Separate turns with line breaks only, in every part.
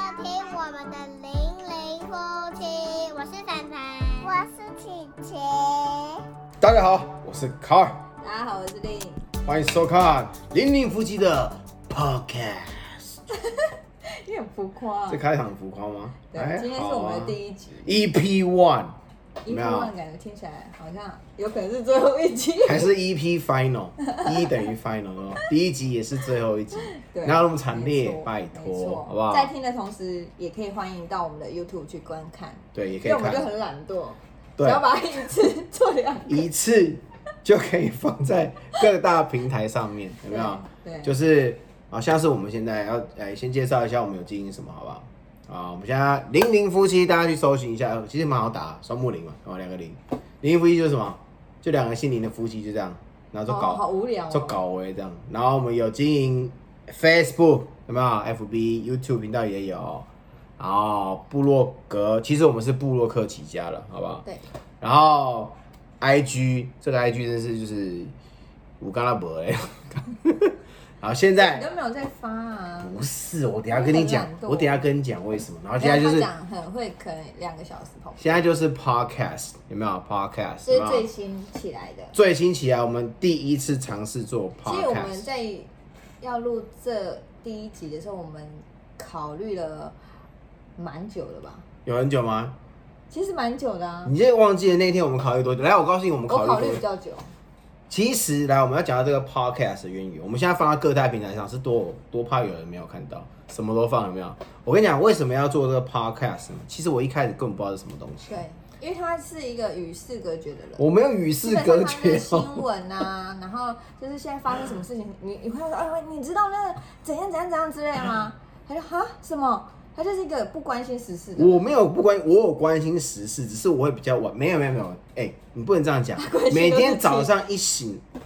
我们的零零夫妻，我是凡凡，我是琪琪。
大家好，我是卡尔，
大家好，我是丽。
欢迎收看零零夫妻的 Podcast。
你很浮夸、啊
这。哎开场浮夸吗？
对，今天是我们的第一集，E
一 EP E One，啊
一
没
部
有
分，感觉听起来好像有可能是最后一 集。
还是 EP Final，一 等于 Final 哦，第一集也是最后一集，
对，
哪有那么惨烈
没错？
拜
没
托，
错
好不好？
在听的同时，也可以欢迎到我们的 YouTube 去观看，
对，也可
因
以
为我们就
看，
很懒惰，只
对
要，把它一次做两个。
一次就可以放在各大平台上 面，有没有？
对？对，
就是啊，下次我们现在要来先介绍一下我们有经营什么，好不好？啊，我们现在零零夫妻，大家去搜寻一下，呃其实蛮好打，双木零嘛，然后两个零，零零夫妻就是什么？就两个姓林的夫妻就这样，然后就
好好
搞
无聊、哦。
就搞为这样，然后我们有经营 Facebook 有没有？FB、YouTube 频道也有，然后部落格，其实我们是部落客起家了，好不好？
对，
然后 IG 这个 IG 真是就是五干拉伯 哎，然后现
你
在
都没有在发啊。
不是我等一下跟你讲
你很懒，惰
我等一下跟你讲为什么。然后现在就是
然后他讲很会，可能两个小时跑步，
现在就是 Podcast 有没有 Podcast？
这
有
是
没
最
有
新起来的。
最新起来，我们第一次尝试做
其实我们
Podcast，
在要录这第一集的时候，我们考虑了蛮久了吧？
有很久吗？
其实蛮久的啊，
你就忘记了那天我们考虑多久？来，我告诉嗯你，我们
我
考虑
考虑
多
比
久。
较久。
其实来，我们要讲到这个 podcast 的渊源，我们现在放到各大平台上是多多怕有人没有看到，什么都放有没有？我跟你讲，为什么要做这个 podcast 呢？其实我一开始根本不知道是什么东西，
对，因为他是一个与世隔绝的人。
我没有与
基
世
本
隔
上他
绝
是
哦、
新闻啊， 然后就是现在发生什么事情，你你会说，哎，你知道那个怎样怎样怎样之类 的吗？他就哈什么？他就是一个不关心时事的人，
我没有不关，我有关心时事，只是我会比较晚。没有没有没有，哎、你不能这样讲
关。心
每
都是
天
自己
早上一醒，嗯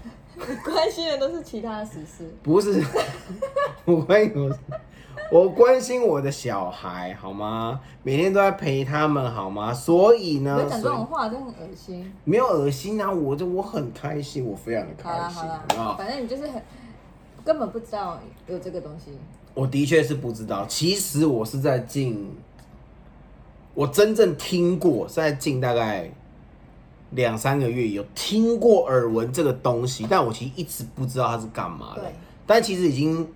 关心的都是其他的 时事。
不是，我关心我，我关心我的小孩好吗？每天都在陪他们好吗？所以
我
呢，
讲这
所以
种话真的很恶心。
没有恶心啊，我这我很开心，我非常的
好
开
啦
心，
好啦
好不，好？
反正你就是很根本不知道有这个东西。
我的确是不知道，其实我是在近，我真正听过是在近大概两三个月有听过耳闻这个东西，但我其实一直不知道它是干嘛的
对。
但其实已经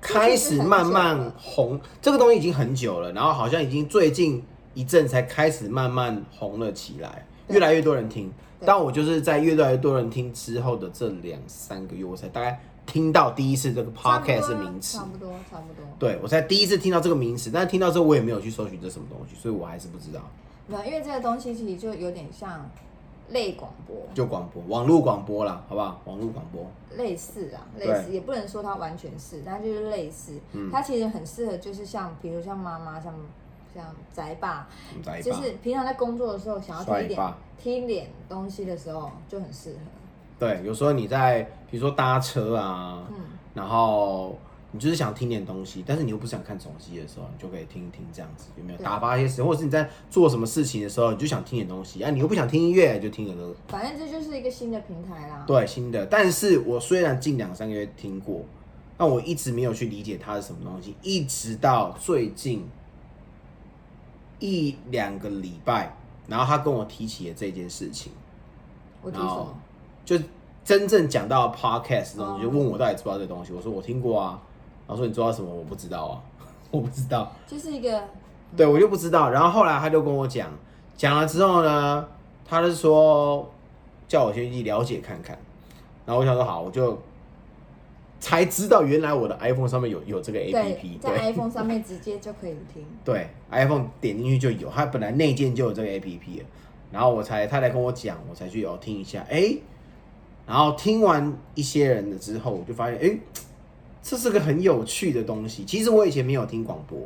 开始慢慢红，这个东西已经很久了，然后好像已经最近一阵才开始慢慢红了起来，
对
越来越多人听。
对
但我就是在越来越多人听之后的这两三个月，我才大概听到第一次这个 podcast 的名词
差。不多，差不多。
对，我才第一次听到这个名词，但是听到之后我也没有去搜寻这什么东西，所以我还是不知道。
没有，因为这个东西其实就有点像类广播，
就广播，网络广播啦，好不好？网络广播，
类似啊，类
对嗯
似，也不能说它完全是，但就是类似。它其实很适合，就是像比如像妈妈，像像宅爸，
我们来一把，
就是平常在工作的时候想要
刷
听一
一
点
把。
听一点东西的时候就很适合。
对，有时候你在比如说搭车啊，
嗯，
然后你就是想听点东西，但是你又不想看手机的时候，你就可以听一听这样子，有没有？
对
打发一些时间，或者是你在做什么事情的时候，你就想听点东西，啊，你又不想听音乐，就听个歌。
反正这就是一个新的平台啦。
对，新的。但是我虽然近两三个月听过，但我一直没有去理解它是什么东西，一直到最近一两个礼拜，然后他跟我提起了这件事情，
我提
然
什
后
么？
就真正讲到 podcast 这种，
哦
就问我到底知不知道这东西，我说我听过啊，然后说你知道什么？我不知道啊， 我不知道。
就是一个
对我就不知道。然后后来他就跟我讲，讲了之后呢，他就说叫我先去了解看看。然后我想说好，我就才知道原来我的 iPhone 上面有有这个 APP，
对，在
对
iPhone 上面直接就可以听。
对，iPhone 点进去就有，它本来内建就有这个 APP 了。然后我才他来跟我讲，我才去有听一下，哎，然后听完一些人的之后，我就发现，哎，这是个很有趣的东西。其实我以前没有听广播，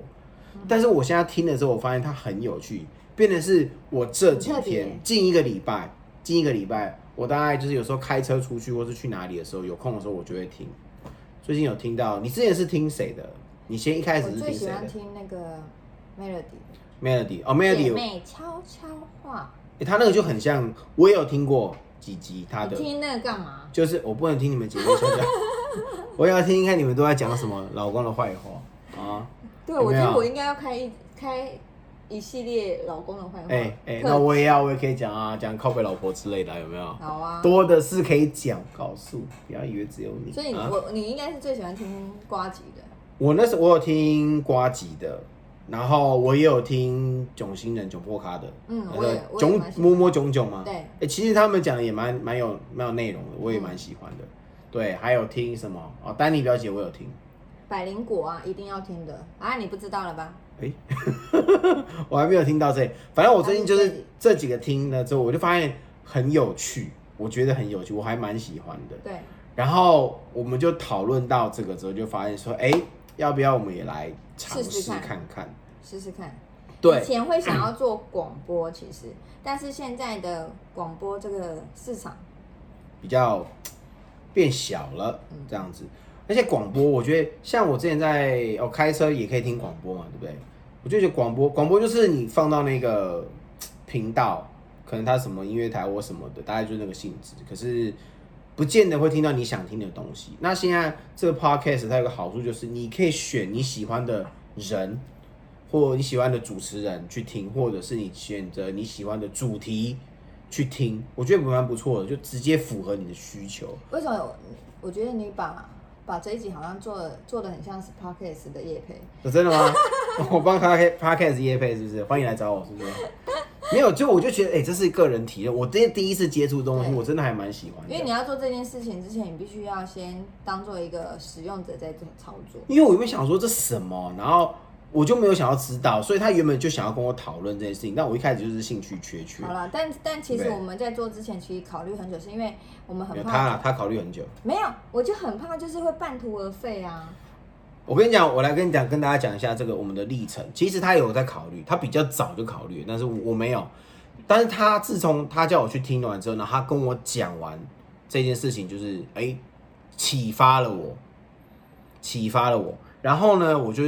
嗯
但是我现在听的时候，我发现它很有趣，变得是我这几
很特别
天近一个礼拜，近一个礼拜，我大概就是有时候开车出去或是去哪里的时候，有空的时候我就会听。最近有听到，你之前是听谁的？你先一开始
我
是
最
听谁
喜欢
的
听那个 Melody
？Melody 哦
姐
，Melody，
妹悄悄话，
欸他那个就很像，我也有听过几集他
你
的，
听那个干嘛？
就是我不能听你们姐妹说 讲，我也要听听看你们都在讲什么老公的坏话啊。
对，
有
我
没
觉
有
得我应该要开一开一系列老公的坏话。
哎、哎、那我也要，我也可以讲啊，讲靠背老婆之类的啊，有没有？
好啊。
多的是可以讲，告诉，不要以为只有你。
所以你
啊
我你应该是最喜欢听瓜吉的。
我那时候我有听瓜吉的，然后我也有听囧星人囧破咖的，
嗯
那
我也
个
我也
囧
蛮喜欢
摸摸囧囧嘛，
对
哎、其实他们讲的也蛮蛮有蛮有内容的，我也蛮喜欢的。
嗯
对，还有听什么哦，丹尼表姐我有听，
百灵果啊，一定要听的啊！你不知道了吧？
哎、我还没有听到这里。反正我最近就
丹尼
是这几个听了之后，我就发现很有趣，我觉得很有趣，我还蛮喜欢的。
对，
然后我们就讨论到这个之后，就发现说，哎、要不要我们也来尝
试
试
试看
看看？
试试看。
对
以，前会想要做广播，其实，但是现在的广播这个市场，
比较变小了这样子。而且广播，我觉得像我之前在哦开车也可以听广播嘛，对不对？我就觉得广播，广播就是你放到那个频道，可能它什么音乐台或什么的，大概就是那个性质。可是不见得会听到你想听的东西。那现在这个 podcast 它有个好处就是，你可以选你喜欢的人或你喜欢的主持人去听，或者是你选择你喜欢的主题去听，我觉得蛮不错的，就直接符合你的需求。
为什么我？我觉得你把把这一集好像做得做的很像是 podcast 的夜配，
哦、真的吗？ 我帮 podcast podcast 业配是不是？欢迎来找我是不是？没有，就我就觉得，哎、这是个人体验。我这第一次接触这东西，
对
我真的还蛮喜欢的。
因为你要做这件事情之前，你必须要先当做一个使用者在做操作。
因为我原本想说这什么，然后我就没有想要知道，所以他原本就想要跟我讨论这件事情，但我一开始就是兴趣缺缺。
好了，但但其实
对
我们在做之前，其实考虑很久，是因为我们
没
很
有他
怕，
啦，他考虑很久。
没有，我就很怕就是会半途而废啊。
我跟你讲，我来跟你讲，跟大家讲一下这个我们的历程。其实他有在考虑，他比较早就考虑，但是我没有。但是他自从他叫我去听完之后呢，他跟我讲完这件事情，就是哎、启发了我，启发了我。然后呢，我就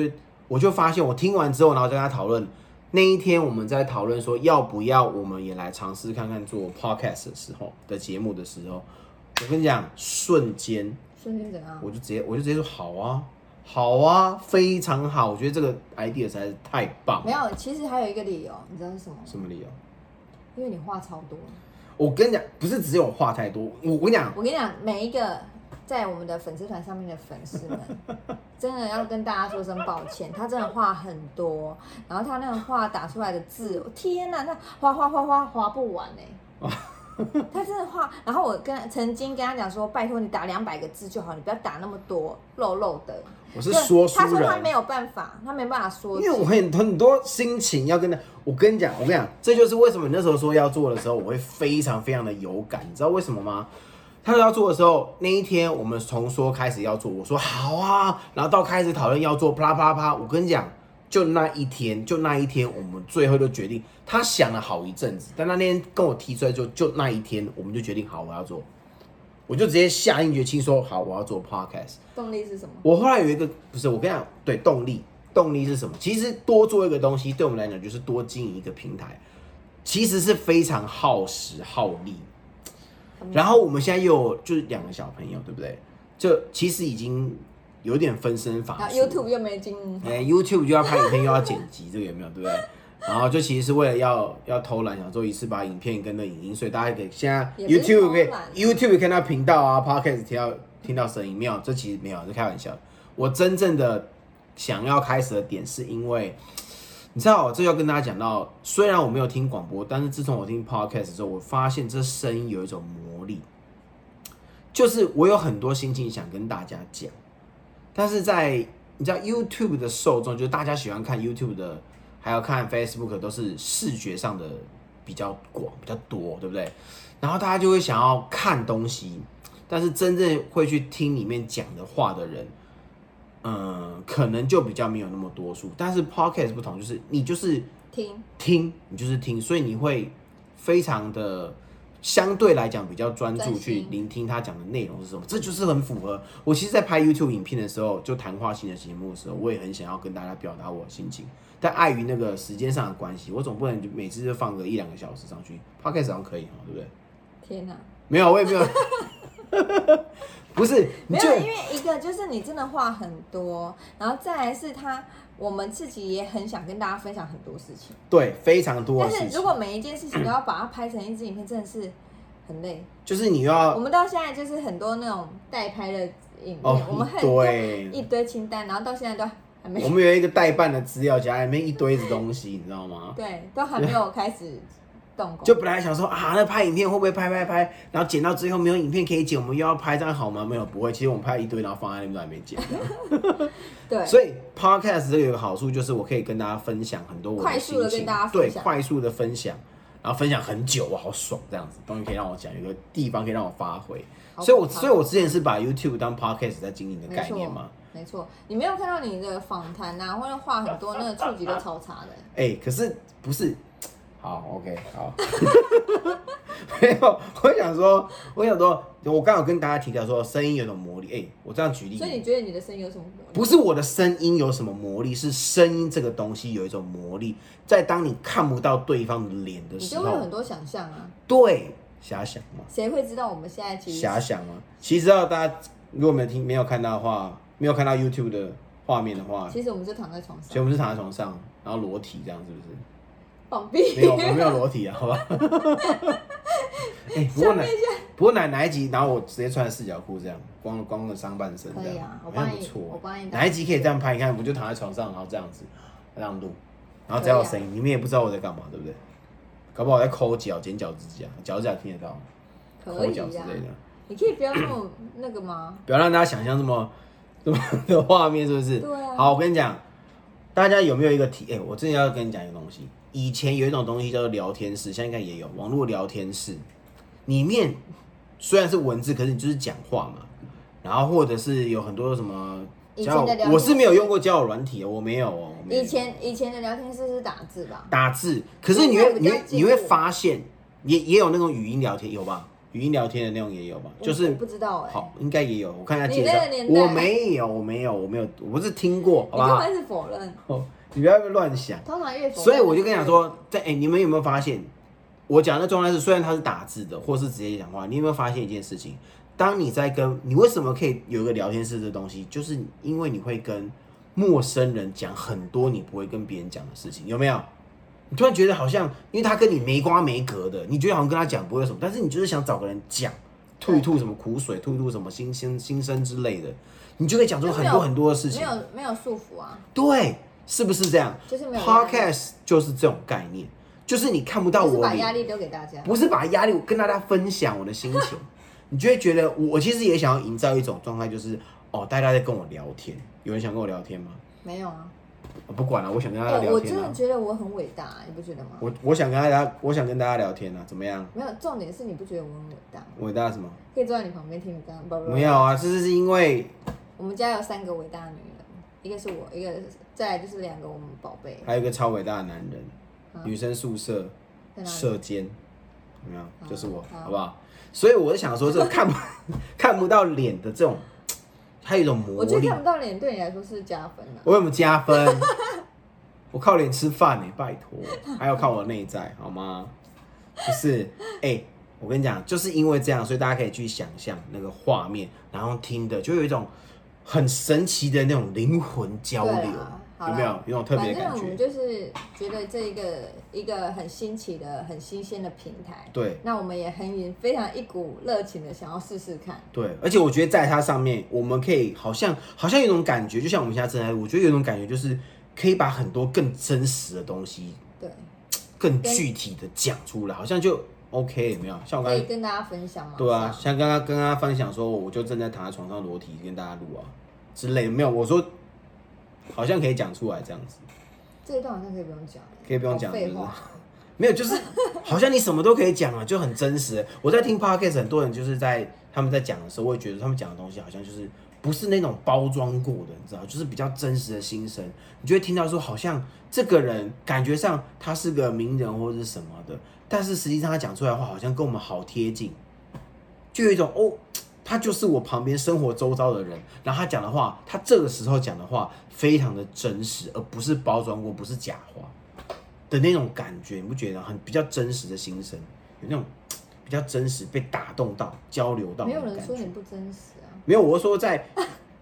我就发现，我听完之后，然后再跟他讨论。那一天我们在讨论说要不要我们也来尝试看看做 podcast 的时候的节目的时候，我跟你讲，瞬间
瞬间怎样？
我就直接我就直接说好啊，好啊，非常好，我觉得这个 idea 实在是太棒。
没有，其实还有一个理由，你知道是什么吗？
什么理由？
因为你话超多。
我跟你讲，不是只有我话太多，我我跟你讲，
我跟你讲，每一个在我们的粉丝团上面的粉丝 们，真的要跟大家说声抱歉，他真的话很多，然后他那个话打出来的字，天哪，那划划划划划不完哎、 他真的话，然后我跟曾经跟他讲说，拜托你打两百个字就好，你不要打那么多肉肉的。
我是说
他
书
说他
人
没，有办法，他没办法说
因。为我很很多心情要跟他。我跟你讲，我跟你讲，这就是为什么你那时候说要做的时候，我会非常非常的有感，你知道为什么吗？他说要做的时候，那一天我们从说开始要做，我说好啊，然后到开始讨论要做，啪啪啪，我跟你讲，就那一天，就那一天，我们最后就决定，他想了好一阵子，但那天跟我提出来之后，就那一天，我们就决定好我要做，我就直接下定决心说好我要做 podcast。
动力是 什么？
我后来有一个不是，我跟你讲，对动力，动力是什么？其实多做一个东西，对我们来讲就是多经营一个平台，其实是非常耗时耗力。然后我们现在又有就是两个小朋友，对不对？就其实已经有点分身乏
然后
术了。
啊 YouTube 又没经营好，
哎、y o u t u b e 就要拍影片，又要剪辑，这个有没有？对不对？然后就其实是为了要要偷懒，想说一次把影片跟着影音，所以大家可以现在
也不是
YouTube 可以
偷懒啊
YouTube 看到频道啊，Podcast 听到听到声音没有？这其实没有，这开玩笑的。我真正的想要开始的点是因为，你知道，这就要跟大家讲到，虽然我没有听广播，但是自从我听 Podcast 之后，我发现这声音有一种魔力，就是我有很多心情想跟大家讲。但是在你知道 YouTube 的受众，就是大家喜欢看 YouTube 的，还有看 Facebook 都是视觉上的比较广、比较多，对不对？然后大家就会想要看东西，但是真正会去听里面讲的话的人，嗯，可能就比较没有那么多数。但是 Podcast 不同，就是你就是
听
听，你就是听，所以你会非常的相对来讲比较专注
专
去
心
聆听他讲的内容是什么，这就是很符合我其实，在拍 YouTube 影片的时候，就谈话性的节目的时候，我也很想要跟大家表达我的心情，但碍于那个时间上的关系，我总不能就每次就放个一两个小时上去，Podcast 好像可以哈，对不对？
天哪！
没有，我也没有，不是，你
没
就
有，因为一个就是你真的话很多，然后再来是他，我们自己也很想跟大家分享很多事情，
对非常多
但
的事
是
情
如，果每一件事情都要把它拍成一支影片，真的是很累。
就是你又
我
要
们到现在就是很多那种代拍的影片，
哦
我们很多
对，
一堆清单，然后到现在都还没
我们有一个代办的资料夹，里面一堆的东西，你知道 吗？
对，都还没有开始动工，
就本来想说啊，那拍影片会不会拍拍拍，然后剪到最后没有影片可以剪，我们又要拍，这样好吗？没有，不会。其实我们拍一堆，然后放在那边都还没剪。这样
对，
所以 podcast 这个有个好处就是我可以跟大家分享很多我
快速
心
地
情，
跟大家分
对，
享
快速的分享，然后分享很久，哇，好爽！这样子终于可以让我讲，有个地方可以让我发挥。
好
所以我，
可怕
所以我之前是把 YouTube 当 podcast 在经营的概念嘛。
没错，你没有看到你的访谈呐，或者话很多，那个触及都超 差的。
哎、可是不是？好，OK，好。 没有，我想说，我想说，我刚好跟大家提到说，声音有种魔力。哎、我这样举例，
所以你觉得你的声音有什么魔力？
不是我的声音有什么魔力，是声音这个东西有一种魔力，在当你看不到对方的脸的
你
时
就会有
候
很，多想象啊。
对遐想嘛，
谁会知道我们现在其实
遐想嘛。其实要大家如果没有听、没有看到的话，没有看到 YouTube 的画面的话，
其实我们就躺在床
所以我
上
们是躺在床上，然后裸体这样，是不是？
放屁？
没有，我们没有裸体啊，好吧？ 哎、不过奶，不过奶哪一集，然后我直接穿四角裤这样，光光了上半身这样，
可以啊我
好
帮
像
你
不错、
我帮你打
哪一集可以这样拍？你看，我就躺在床上，然后这样子，这样录，然后只要
啊
有声音，你们也不知道我在干嘛，对不对？搞不好我在抠脚、剪脚趾甲，脚趾甲听得到吗，
可
抠
以啊
脚之
呀、
类的，
你可以不要那么那个吗？
不要让大家想象这么 这么的画面，是不是？
对啊
好，我跟你讲，大家有没有一个体？哎、我真的要跟你讲一个东西。以前有一种东西叫做聊天室，现在应该也有网络聊天室，里面虽然是文字，可是你就是讲话嘛。然后或者是有很多什么
以
交
前的
友，
聊天
我是没有用过交友软体，我没有哦。我没有
以前以前的聊天室是打字吧？
打字，可是你会
现
你
在比较
会
进
你
步
会发现，也也有那种语音聊天有吧？语音聊天的那种也有吧？
我
就是
我不知道哎、
好，应该也有，我看一下
你
介
那
绍
个。年代
我没有，我没有，我没有，我不是听过，好
你
不
刚
好
才是否认，
哦？你不要乱想。
通常越否认，
所以我就跟你讲，说，在哎、你们有没有发现，我讲的状态是，虽然它是打字的，或是直接讲话，你有没有发现一件事情？当你在跟你为什么可以有一个聊天室的东西，就是因为你会跟陌生人讲很多你不会跟别人讲的事情，有没有？你突然觉得好像，因为他跟你没瓜没格的，你觉得好像跟他讲不会有什么，但是你就是想找个人讲，吐一吐什么苦水，吐一吐什么心心心声之类的，你就可以讲出很多很多的事情
没。有没有束缚啊，
对，是不是这样？
就是没有压力
Podcast 就是这种概念，就是你看不到
就是
我
把压
脸，
力丢给大家。
不是把压力，我跟大家分享我的心 情，你就会觉得我我其实也想要营造一种状态，就是哦，大家在跟我聊天，有人想跟我聊天吗？
没有啊，
我不管了、我想跟大
哎、
家聊
我
天
真
啊
的，觉得我很伟大、你不觉得吗？
我我想跟大家，我想跟大家聊天啊，怎么样？
没有，重点是你不觉得我很伟大吗？
我伟大什么？
可以坐在你旁边听你刚刚叭叭叭
没有啊，这是因为
我们家有三个伟大的女人，一个是我，一个是再来就是两个我们宝贝。
还有一个超伟大的男人，
啊
女生宿舍
在哪里哦
射箭，有没有？就是我，
好
好不好？所以我就想说，这个看不 看不到脸的这种，它有一种魔
我觉得
力
看。不到脸对你来说是加分啊。
我有没有加分？ 我靠脸吃饭呢、拜托，还要靠我内在，好吗？就是，哎、我跟你讲，就是因为这样，所以大家可以去想象那个画面，然后听的，就有一种很神奇的那种灵魂交
对
流
啊，好啦
有没有？有一种特别
反
的
正
感
我们
觉。
就是觉得这一个一个很新奇的、很新鲜的平台，
对，
那我们也很非常一股热情的想要试试看。
对，而且我觉得在它上面，我们可以好像好像有一种感觉，就像我们现在正在录，我觉得有一种感觉就是可以把很多更真实的东西、
对，
更具体的讲出来，好像就 OK 有没有？像我
可
刚
以
才
跟大家分享吗？
对啊，
是吧，
像刚刚跟大家分享说，我就正在躺在床上裸体跟大家录啊之类的，没有我说好像可以讲出来这样子，
这一段好像可以不用讲，
可以不用讲
好废
就是
话。
没有就是好像你什么都可以讲啊，就很真实。我在听 podcast，很多人就是在他们在讲的时候，我也觉得他们讲的东西好像就是不是那种包装过的，你知道，就是比较真实的心声。你就会听到说，好像这个人感觉上他是个名人或者是什么的，但是实际上他讲出来的话好像跟我们好贴近，就有一种哦。他就是我旁边生活周遭的人，然后他讲的话，他这个时候讲的话非常的真实，而不是包装过，不是假话。的那种感觉，你不觉得很比较真实的心声，有那种比比较真实，被打动到、交流到
没
那
有
种
人
感
说
觉
你。不真实啊。
没有，我是说在，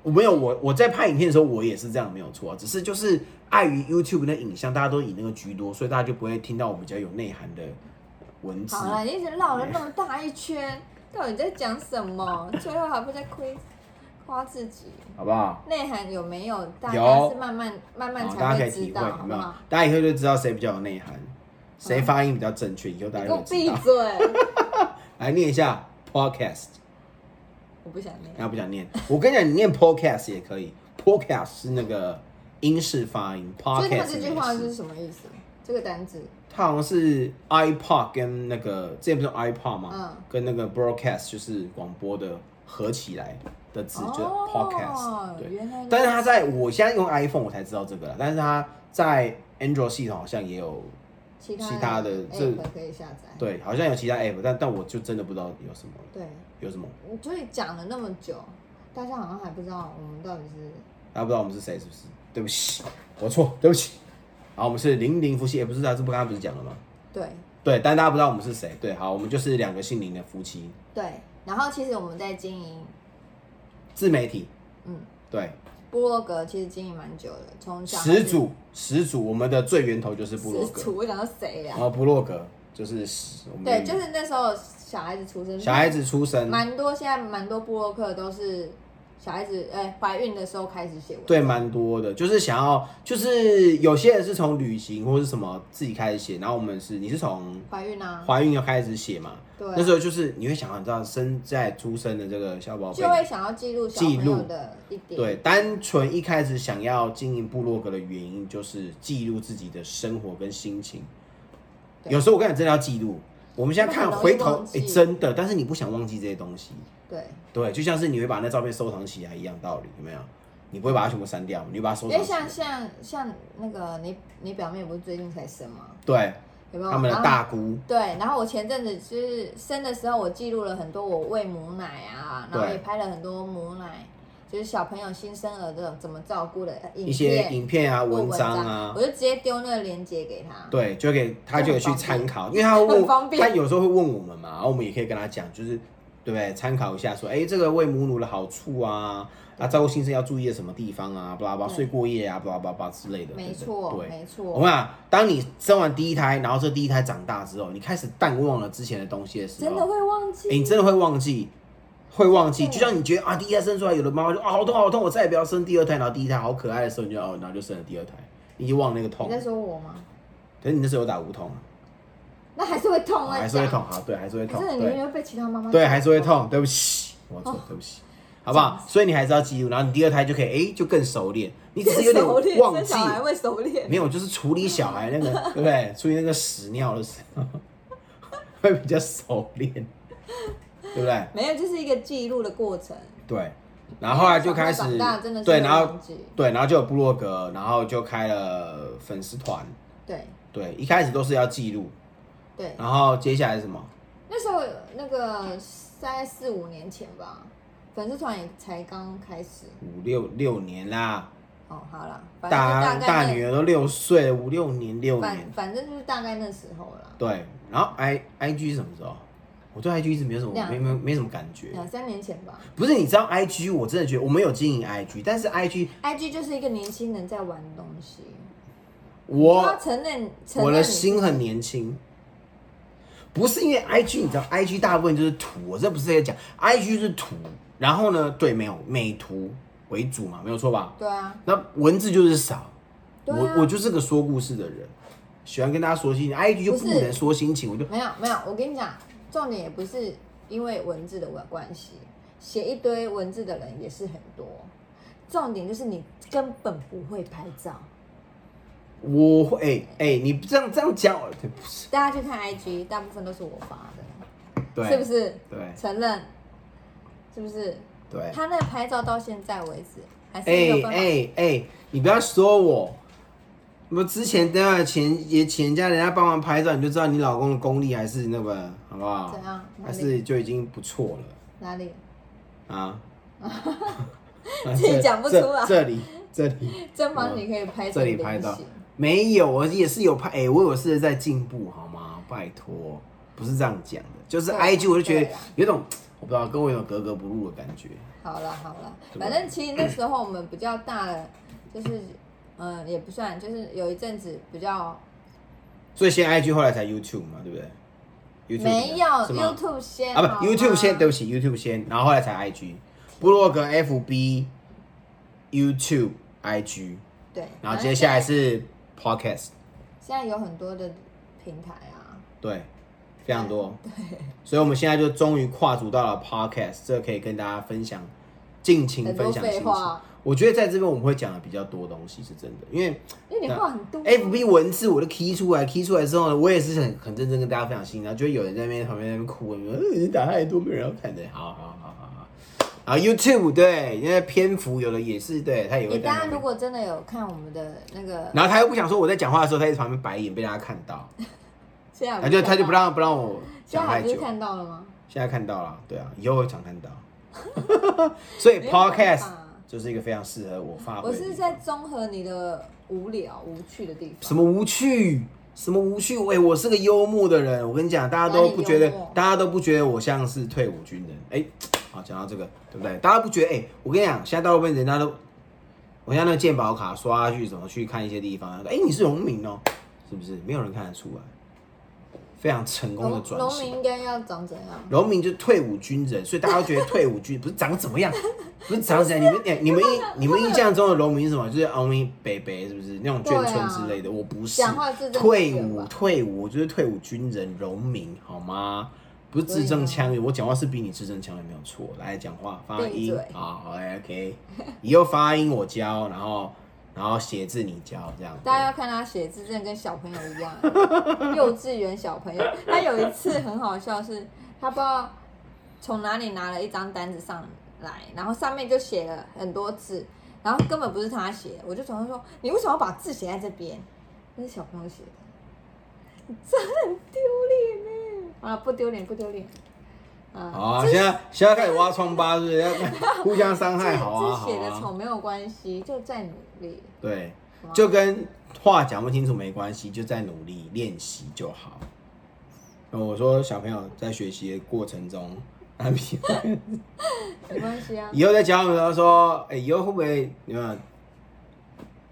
我没有我我在拍影片的时候，我也是这样，没有错啊。只是就是碍于 YouTube 那影像，大家都以那个居多，所以大家就不会听到我比较有内涵的文字。
好啊了，你一直绕了那么大一圈，到底在讲什么？最后还不在亏夸自己？
好不好？
内涵有没有？大家
有
是慢慢慢慢
好，大家可以
才会
体会，
知道，
有
好
没
不
有
好？？
大家以后就知道谁比较有内涵，谁
嗯
发音比较正确，以后大家
你给
就
我
会知
闭
道。
嘴！
来念一下 podcast，
我不想 念。
然后不想念，我跟你讲，你念 podcast 也可以，podcast 是那个英式发音
所以他
，podcast
这
是
句
美
话
式
是什么意思？这个单字，
它好像是 iPod 跟那个之前不是有 iPod 嘛，
嗯
跟那个 broadcast 就是广播的合起来的字，就是 podcast、对，
哦原来
但是它在我现在用 iPhone 我才知道这个啦，但是它在 Android 系统好像也有，
其他
其他的这
app 可以下载。
对，好像有其他 app，但但我就真的不知道有什么
对，
有什么，
所以讲了那么久，大家好像还不知道我们到底是
大家不知道我们是谁是不是？对不起，我错，对不起。好，我们是零零夫妻，也、不是啊，这不刚刚不是讲了吗？
对
对，但大家不知道我们是谁。对，好，我们就是两个姓林的夫妻，
对。然后其实我们在经营，
自媒体，
嗯，
对，
部落格其实经营蛮久了，从小
始祖，始祖，我们的最源头就是部
始
落
祖，
格，哦
我想到谁呀
然？后部落格就是始我们
对，就是那时候小孩子出生，
嗯小孩子出生，
蛮多，现在蛮多部落客都是小孩子哎怀、孕的时候开始写文，
对，蛮多的，就是想要，就是有些人是从旅行或是什么自己开始写，然后我们是你是从
怀孕啊，
怀孕要开始写嘛，
对啊
那时候就是你会想要知道生在出生的这个小宝贝
就，会想要记录小朋
记
友
录
的一点，
对，单纯一开始想要经营部落格的原因就是记录自己的生活跟心情，
对
有时候我跟你真的要记录。我们现在看
那很容易
回头
忘，记
哎、真的，但是你不想忘记这些东西，
对，
对，就像是你会把那照片收藏起来一样道理，有没有？你不会把它全部删掉，你会把它收
因
藏
为
起来
像。像像那个你你表妹不是最近才生吗？
对，
有没有？
他们的
然后
大姑，
对，然后我前阵子就是生的时候，我记录了很多我喂母奶啊，然后
对
也拍了很多母奶，就是小朋友新生儿的怎么照顾的影片、
一些影片啊、
或
文
文
章啊
我，就直接丢那个链接给他。
对，就给他就有去参 考，因为他会
很
问
方
我，
便
他有时候会问我们嘛，然后我们也可以跟他讲，就是对不对？参考一下，说，哎，这个喂母乳的好处啊，啊，照顾新生要注意的什么地方啊，巴拉巴拉，
对
睡过夜啊，巴拉巴拉巴拉之类的，
没
对不对
错，
对，
没
我
错，
们啊，当你生完第一胎，然后这第一胎长大之后，你开始淡忘了之前的东西的时候，
真的会忘记。
欸你真的会忘记，会忘记。
真的
就像你觉得啊，第一胎生出来，有的妈妈就啊好痛好痛，我再也不要生第二胎。然后第一胎好可爱的时候，你就哦，然后就生了第二胎，你已经忘了那个痛
你。在说我吗？
可是你那时候有打无痛啊，
那还是会痛
啊
啊，
还是会痛，好对，还是会
讲。
痛，
可是你明
对
明会被其他妈妈
对，还是会。痛。对不起，我错
哦，
对不起，好不好？所以你还是要记住，然后你第二胎就可以，哎，就更熟练。你只是有
熟练
点忘
生
记
小，孩会熟练
没。有，就是处理小孩那个，对不对？处理那个屎尿的时候， 会比较熟练，对不对？
没有，就是一个记录的过程。
对，然后后来就开始
长大真的是
对，
会
然后
忘记
对，然后就有部落格，然后就开了粉丝团。
对
对，一开始都是要记录，
对，
然后接下来是什么？
那时候那个大概四五年前吧，粉丝团也才刚开始。
五六六年啦，
哦，好了，反正就
大
概
大
那
女儿都六岁了，五六年六年
反。反正就是大概那时候啦，
对，然后 I I G 是什么时候？我对 I G 一直没有什么
两
没没没什么感觉。
两三年前吧。
不是，你知道 I G，我真的觉得我们有经营 I G，但是 I G
IG 就是一个年轻人在玩东西，就要
我
承认承认
我的
你自己
心很年轻，不是因为 IG，你知道 IG 大部分就是图，我这不是在讲 IG 是图，然后呢，对，没有美图为主嘛，没有错吧？
对啊，
那文字就是少，
对啊
我我就是个说故事的人，喜欢跟大家说心情，IG 就
不
不
是
能说心情，我就
没有没有，我跟你讲，重点也不是因为文字的关关系，写一堆文字的人也是很多，重点就是你根本不会拍照。
我会哎哎、你这样这样讲，对不是
大家去看 IG，大部分都是我发的，
对
是不？是？
对
承认，是不是？
对，
他那拍照到现在为止还是没
哎
有办法。
哎哎，你不要说我，我之前等下请也请人家人家帮忙拍照，你就知道你老公的功力还是那个，好不好？
怎样哪
还
里
是就已经不错了
哪里？
啊？
自己讲不出 来
这这里这里
正方形可以拍
这
成
里拍
菱
到
形，
没有？我也是有拍，哎、我有是在进步好吗？拜托，不是这样讲的，就是
对啊
IG 我就觉
对
得
啦
有一种我不知道跟我有一种格格不入的感觉。
好了好了，
对
反正其实那时候我们比较大的，就是嗯也不算，就是有一阵子比较
所以先 IG 后来才 YouTube 嘛，对不对？YouTube
没有
是吗
YouTube 先
啊，
好
不
吗
，YouTube 先，对不起，YouTube 先，然后后来才 IG，部落格、FB、YouTube、IG，
啊对，
然
反
后
正
接下来是 Podcast，
现在有很多的平台啊，
对，非常多。所以我们现在就终于跨足到了 Podcast，这可以跟大家分享，尽情
很多
分享
废
心情。
话，啊
我觉得在这边我们会讲的比较多东西是真的，因为
因为你话很多啊。
F B 文字我都 key 出来，key 出来之后呢，我也是很很认真跟大家分享心情，然后就会有人在那边旁边在那边哭，我说呃你打太多，没有人要看的。好好好好好。然后 YouTube 对，因为篇幅有的也是对，他也
你
会在
大
那
家如
边。
果真的有看我们的那个，
然后他又不想说我在讲话的时候，他一直旁边白眼被大家看 到，
现在有
然后就他就不
看到，
让不让我
现
讲
在
太
还不是
久。
看到了吗？
现在看到了，对啊，以后会常看到。 所以
没有办
Podcast
法啊
就是一个非常适合我发挥
我
的地方。
是在综合你的无聊无趣的地方。
什么无趣，什么无趣？喂、我是个幽默的人，我跟你讲，大家都不觉得
哪里幽默，
大家都不觉得我像是退伍军人。哎、好，讲到这个，对不对？大家不觉得？哎、我跟你讲，现在大部分人家都，我像那个健保卡刷下去，怎么去看一些地方？哎、你是农民哦、是不是？没有人看得出来，非常成功的
农
转
农民
型。
应该要长怎样？
农民就退伍军人，所以大家都觉得退伍军不是长怎么 样，不是长怎样。你们哎你们印你们印象中的农民是什么？就是农民北北是不是那种眷村之类的？我不是
啊讲，话字正
退
腔圆
伍
吧
退伍我就是退伍军人农民好吗？不是字
所以
正
呢
腔圆，我讲话是比你字正腔圆没有错。来讲话发
闭
音
嘴
好好哎 OK，以后发音我教，然后然后写字你教这样。
大家要看他写字，真的跟小朋友一样，啊 幼稚园小朋友。他有一次很好笑是，他不知道从哪里拿了一张单子上来，然后上面就写了很多字，然后根本不是他写的。我就总是说，你为什么要把字写在这边？那是小朋友写的，你真的 很丢脸呢。啊，不丢脸，不丢脸。啊，
好啊，现在现在开始挖疮疤，是不是？ 要互相伤害，好啊，
字
好
写的
啊。
丑没有关系，就再努力。
对
哇，
就跟话讲不清楚没关系，就在努力练习就好。呃我说小朋友在学习的过程中， 他们
没关 系啊，
以后再教他们的时候说，哎、以后会不会你们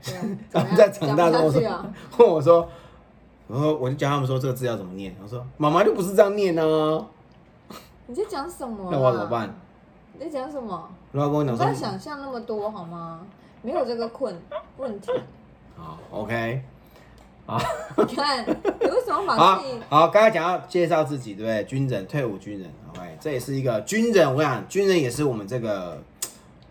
对啊
他们在
怎
长
么样
大之后
讲不
说
下去啊。
问我说，然后我就教他们说这个字要怎么念，他说妈妈就不是这样念啊，
你在讲什么、啊？
那我要怎么办？？
你在讲什么？
然后他跟我
你
讲
不要
说，
想象那么多好吗？没有这个困问 题。
好，OK，好。
你看，你为什么把
好
自己？
好，刚才讲到介绍自己，对不对？军人，退伍军人，OK，这也是一个军人。我跟你讲，军人也是我们这个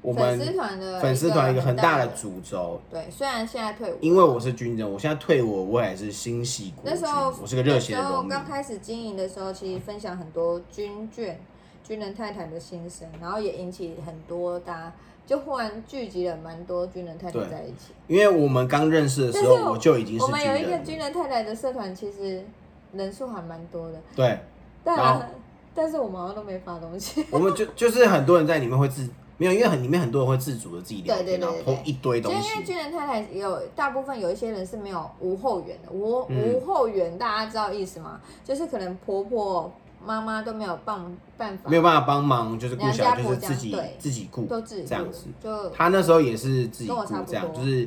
我们
粉丝团的
粉丝团一
一
个
个
很
很
大
大
的
的
主轴。
对，虽然现在退伍，
因为我是军人，我现在退伍，我也是心系国
那
军
时候，
我是个热血的
那时候
农民
刚。开始经营的时候，其实分享很多军眷、军人太太的心声，然后也引起很多大家就忽然聚集了蛮多军人太太
对
在一起。
因为我们刚认识的时
但
候，
是
我就已经是
我们
军
有一
人
个
了。
军人太太的社团，其实人数还蛮多的，
对，
但、
然后
但是我们好像都没发东西。
我们就就是很多人在里面会自没有，因为很里面很多人会自主的自己聊
对
天，
对
然后
对对
po 一堆
就
东
因为
西。
军人太太有大部分有一些人是没有无后援的，无、
嗯
无后援，大家知道意思吗？就是可能婆婆妈妈都没有办办法，
没有办法帮忙，就是顾
娘
小
家
孩，就
婆
是
家
自己
对
自己顾，
都自己
这样
顾
子。
就
他那时候也是自己
跟
顾
我差不多
这样，就是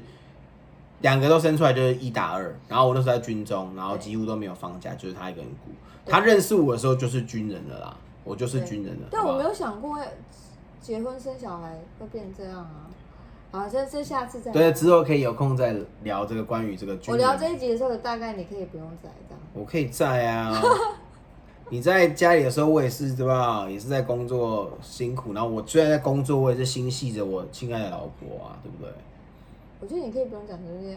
两个都生出来就是一打二。然后我那时候在军中，然后几乎都没有放假，就是他一个人顾。
对
他认识我的时候就是军人了啦，我就是
对
军人了。
但
好
我
不
没
好
有想过会结婚生小孩会变这样啊！好，这这下次再
对，之后可以有空再聊这个关于这个军
我
人。
聊这一集的时候，大概你可以不用再这样。
我可以在啊。你在家里的时候，我也是对吧？也是在工作辛苦，然后我虽然在工作，我也是心系着我亲爱的老婆啊，对不对？
我觉得你可以不用讲这些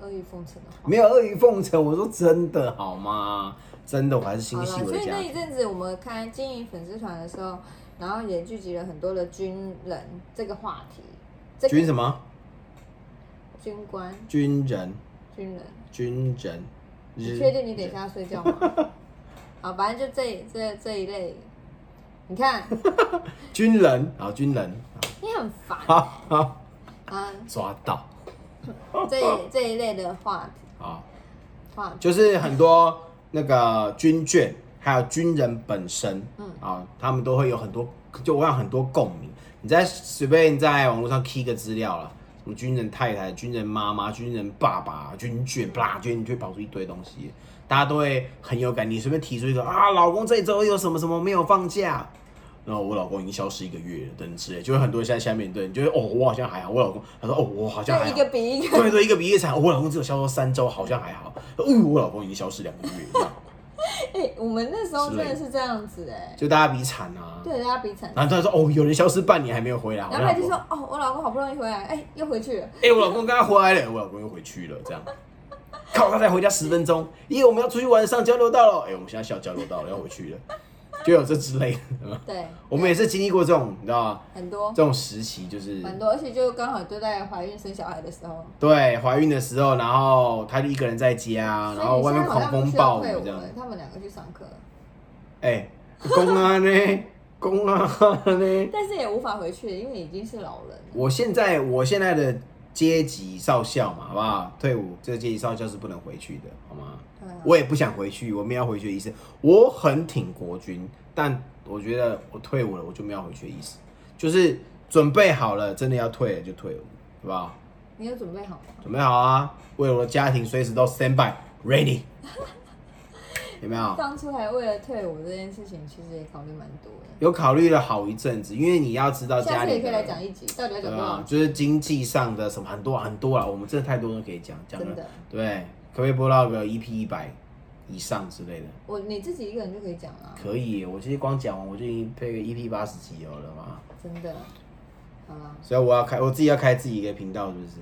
阿谀奉承的话。
没有阿谀奉承，我说真的好吗？真的，我还是心
好
系
啦，
我
所
的
以
家
那
庭
一。阵子我们开经营粉丝团的时候，然后也聚集了很多的军人这个话题，这
军
个
什么？
军官、
军人，
军人，
军人。
你确定你等一下要睡 觉吗？好，反正就这这这一类，你看
军人，好，军人，
你很烦欸
好好
啊，
抓到，啊
这这一类的话题
好，
话题，
就是很多那个军眷，还有军人本身，嗯啊，他们都会有很多，就我有很多共鸣。你在随便在网络上 key 个资料了，什么军人太太、军人妈妈、军人爸爸、军眷，啪，军你就会跑出一堆东西，大家都会很有感。你随便提出一个啊，老公这一周有什么什么没有放假，然后我老公已经消失一个月了，等之类，就会很多人在下面对你觉得哦，我好像还好，我老公，他说哦，我好像还
就
好，
一个 比一个
对对，一个比一个惨。我老公只有消失三周，好像还好。哦、我老公已经消失两个月这样，
哎，我们那时候
之
真
类的
的是这样子哎，
就大家比惨啊。
对，大家比惨。
然后他说：“哦，有人消失半年还没有回来。”
然后他就说：“哦，我老公好不容易回来，哎，又回去了。
哎、我老公刚刚回来了，我老公又回去了，这样。靠，他才回家十分钟，耶，我们要出去玩，上交流道了。哎、我们现在下交流道了，要回去了，就有这之类的。
对，
我们也是经历过这种，你知道吗？
很多
这种时期就是
蛮多，而且就刚好就在怀孕生小孩的时
啊
候，
对怀孕的时候，然后他就一个人在家，然后外面狂
所以你现在好像不
风
需要
暴雨
退伍
这样。
了他们两个去上课，
哎、公安 呢？公安呢？
但是也无法回去，因为已经是老人了。
我现在我现在的阶级少校嘛，好不好？退伍这个阶级少校是不能回去的，好吗？
对啊
我也不想回去，我没有要回去的意思。我很挺国军，但我觉得我退伍了，我就没有要回去的意思。就是准备好了，真的要退了就退伍，好不好？
你有准备好吗？
准备好啊，为了我的家庭随时都 stand by ready，有没有？
当初还为了退伍这件事情，其实也考虑蛮多的。
有考虑了好一阵子，因为你要知道家
下次
里
也可
的
以来讲一集，到底要
对
讲多
啊
少？，
就是经济上的什么很多很多啦，我们真的太多人可以讲，讲
真
了
的，
对，可不可以播到个 EP 一百以上之类的？
我你自己一个人就可以讲啊，
可以，我其实光讲完我就已经配个 EP 八十集有了嘛，
真的。好啦，
所以我要开我自己要开自己一个频道，是不是？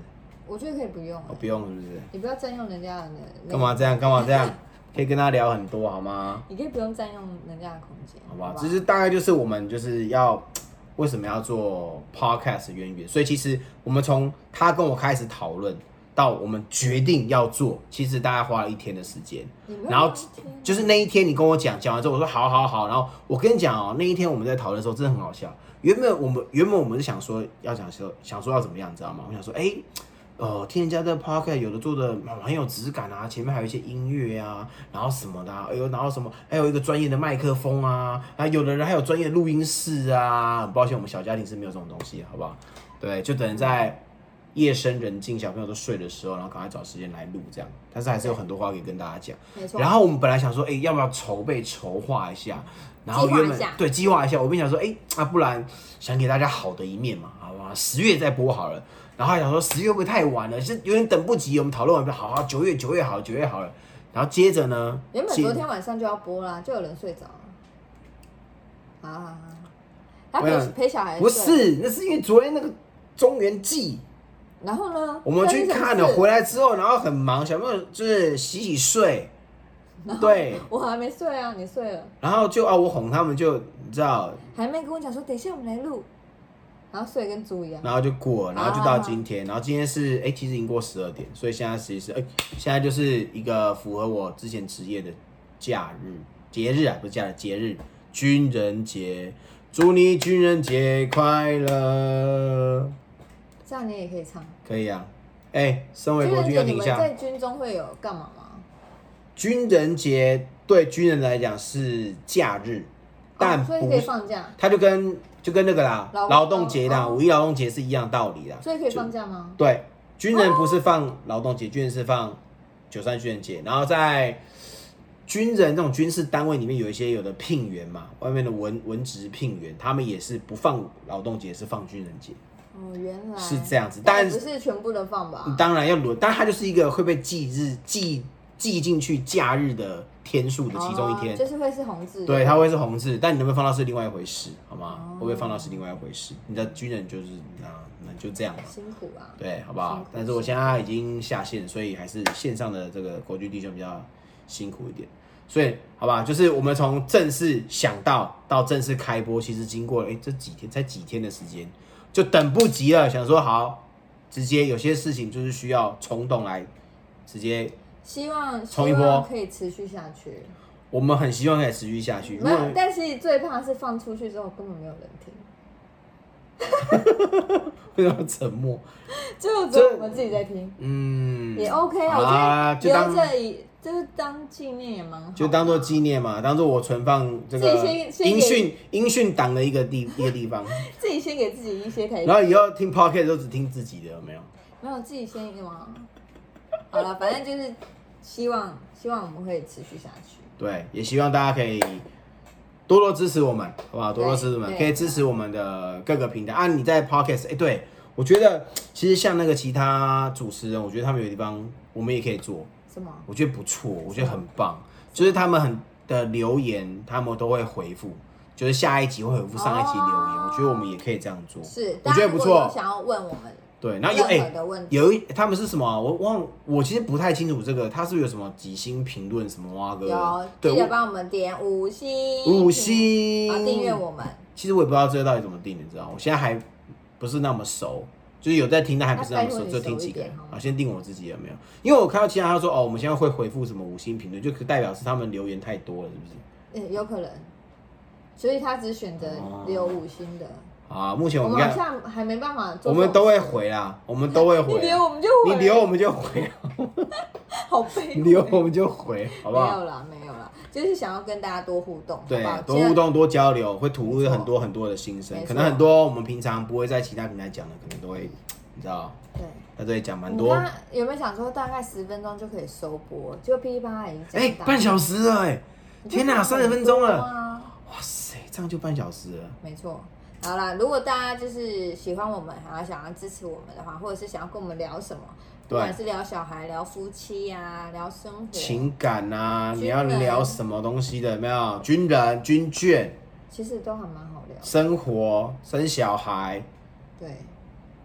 我觉得可以不用、
我
欸，
不用，是不是？
你不要占用人家的那个
干嘛？这样？干嘛 这样？可以跟他聊很多好吗？
你可以不用占用人家的空间，
好
好
吧，
吧？
这是大概就是我们就是要为什么要做 podcast 的渊源。所以其实我们从他跟我开始讨论到我们决定要做，其实大概花了一天的时间。
你没有
然后
聊天啊
就是那一天你跟我讲，讲完之后我说好好好，然后我跟你讲哦、那一天我们在讨论的时候真的很好笑。原本我们原本我们是想说要讲说想说要怎么样，你知道吗？我想说哎。呃，听人家的 podcast 有的做的很有质感啊，前面还有一些音乐啊，然后什么的、啊，哎呦，然后什么，还有一个专业的麦克风啊，啊，有的人还有专业录音室啊。很抱歉，我们小家庭是没有这种东西的，好不好？对，就等在夜深人静，小朋友都睡的时候，然后赶快找时间来录这样。但是还是有很多话可以跟大家讲。
没错，
然后我们本来想说，哎、要不要筹备筹划一下？然后
计划
原
一
本
下
对计划一下，我们想说，哎、啊，不然想给大家好的一面嘛，好吧，十月再播好了。然后还想说十月会不会太晚了，是有点等不及。我们讨论完毕，好好，九月九月好，九月好了。然后接着呢，
原本
接
昨天晚上就要播啦，就有人睡着了。啊好好，好他
我
陪
想
陪小孩睡
不，是，那是因为昨天那个中原记，
然后呢？
我们去看了，
那是什么事
回来之后，然后很忙，小朋友就是洗洗睡，对，
我还没睡啊，你睡了，
然后就啊，我哄他们就你知道，
还没跟我讲说等一下我们来录，然后睡跟猪一样。
然后就过了，然后就到
哦
今天，然后今天是哎、其实已经过十二点，所以现在其实是哎、现在就是一个符合我之前职业的假日节日啊，不是假日节日，军人节，祝你军人节快乐，
这样你也可以唱。
可以啊，哎、身为
军
国
人
军
节
要
你
停
们
一下。
在军中会有干嘛吗？
军人节对军人来讲是假日，但
哦所以
不
可以
是，
放假，
它就跟就跟那个啦，
劳
劳动节啦，
哦
五一劳动节是一样道理啦。
所以可以放
就
假吗？
对，军人不是放劳动节，军人是放九三军人节，然后在。军人这种军事单位里面有一些有的聘员嘛，外面的文文职聘员，他们也是不放劳动节，是放军人节。
哦，原来
是这样子但
但不是全部的放吧？
当然要轮，但它就是一个会被记日记记进去假日的天数的其中一天。
哦就是会是红字。
对，它会是红字，但你能不能放到是另外一回事，好吗？
哦
会不会放到是另外一回事？你的军人就是啊，那就这样嘛，
辛苦啊。
对，好不
辛
好
苦？
但是我现在已经下线，所以还是线上的这个国军弟兄比较辛苦一点，所以好吧，就是我们从正式想到到正式开播，其实经过了哎、这几天才几天的时间，就等不及了，想说好，直接有些事情就是需要冲动来直接。
希望
冲一
希望
波
可以持续下去。
我们很希望可以持续下去。如果
那但是最怕是放出去之后根本没有人听，
为什么沉默？
就只有我们自己在听，
嗯，
也 OK
好
啊。
啦
我
就
觉得
当
留着以就是当纪念也蛮好，
就当做纪念嘛，当做我存放这个
自己先先给
音讯音讯档的一个地一个地 方。
自己先给自己一些台
然
阶，
后以后听 podcast 都只听自己的，有没有？
没有自己先一往。好了，反正就是希望希望我们会持续下去。
对，也希望大家可以多多支持我们，好不好？多多支持我们，
对
可以支持我们的各个平台啊。你在 podcast，哎、对我觉得其实像那个其他主持人，我觉得他们有地方我们也可以做，
什么？
我觉得不错，我觉得很棒，就是他们很的留言，他们都会回复，就是下一集会回复上一集留言，我
哦
觉得我们也可以这样做。
是，
我觉得不错
大家如果有想要问我们
对，然后有哎、
任何的问题，
有一他们是什么啊、我忘，我其实不太清楚这个，他是不是有什么几星评论什么哇哥？
有
对，
记得
我
帮我们点五星，
五，星
然后订阅。我们。
其实我也不知道这个到底怎么定，你知道吗？我现在还不是那么熟，就是有在听，但还不是那么熟，
那拜托你
就听几个人
熟一点好吗
啊。先定我自己有没有？因为我看到其他他说哦，我们现在会回复什么五星评论，就代表是他们留言太多了，是不是？
嗯，有可能，所以他只选择留五星的。
啊，目前我
我
们
们好
看，
像还没办法做这种事，
我们都会回啦，我们都会
你
回
留
啊，
我们就
你
回，
留我们就回啊，
好悲，
你留我们就回，好不
没
好
有？啦，没有啦，就是想要跟大家多互动，
对
好不好，
多互，动、多交流，会吐露很多很多的心声
没，错
可能很多我们平常不会在其他平台讲的，可能都会，你知道，
对。
在这里讲蛮
你
多。
刚刚有没有想说大概十分钟就可以收播？就噼里啪啦已经
哎、
讲到
半小时了、哎，
你就
天哪、
讲
三
很
十分钟
多
了，
啊
哇塞，这样就半小时了。
没错。好啦，如果大家就是喜欢我们，还要想要支持我们的话，或者是想要跟我们聊什么，不
对
管是聊小孩、聊夫妻呀、聊生活，
情感啊，
军
你要
人
聊什么东西的？有没有军人、军眷、
其实都还蛮好聊的。
生活、生小孩，
对，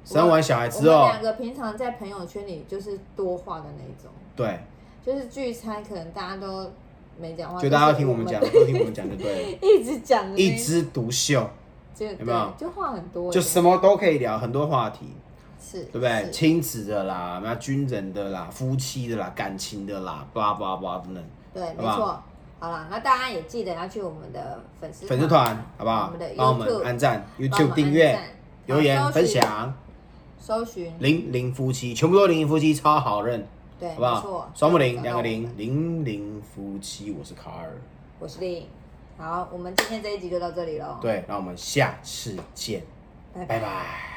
生完小孩之
我们
后，
两个平常在朋友圈里就是多话的那一种，
对，
就是聚餐可能大家都没讲话，
就大家
都
都
是
听我
我
们讲，
的
都听我们讲就对 了，
一直讲的那
一枝独秀，
就
有没有
对就话很多，
就什么都可以聊，很多话题。
是，
对不对？
是？
亲子的啦，那军人的啦，夫妻的啦，感情的啦，巴拉巴拉巴拉等等，
对，没
不好
错。好啦，那大家也记得要去我们的粉丝
粉丝团好不
我
好
们的？
帮我们
YouTube
按赞、
帮我
YouTube
们
订
按
阅
赞、
留言、
好
分享。
搜寻，
零零夫妻，全部都零零夫妻，超好认，
对，
好不
没错
好？双木零，
找到
两个
我们
零，零零夫妻，我是卡尔。
我是丽颖。好，我们今天这一集就到这里喽。，
对，那我们下次见，
拜
拜。
拜
拜